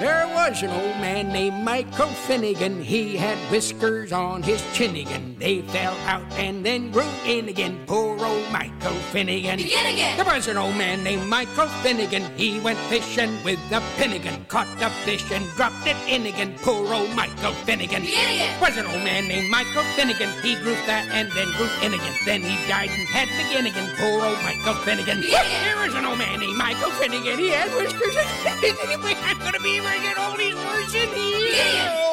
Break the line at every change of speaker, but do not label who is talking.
There was an old man named Michael Finnegan. He had whiskers on his chin again. They fell out and then grew in again. Poor old Michael Finnegan.
Begin again.
There was an old man named Michael Finnegan. He went fishing with a pinnigan. Caught a fish and dropped it in again. Poor old Michael Finnegan.
Begin again.
Was an old man named Michael Finnegan. He grew fat and then grew in again. Then he died and had begin again. Poor old Michael Finnegan.
Begin again.
There was an old man named Michael Finnegan. He had whiskers. I'm gonna be very good. All these words in here.
Begin again.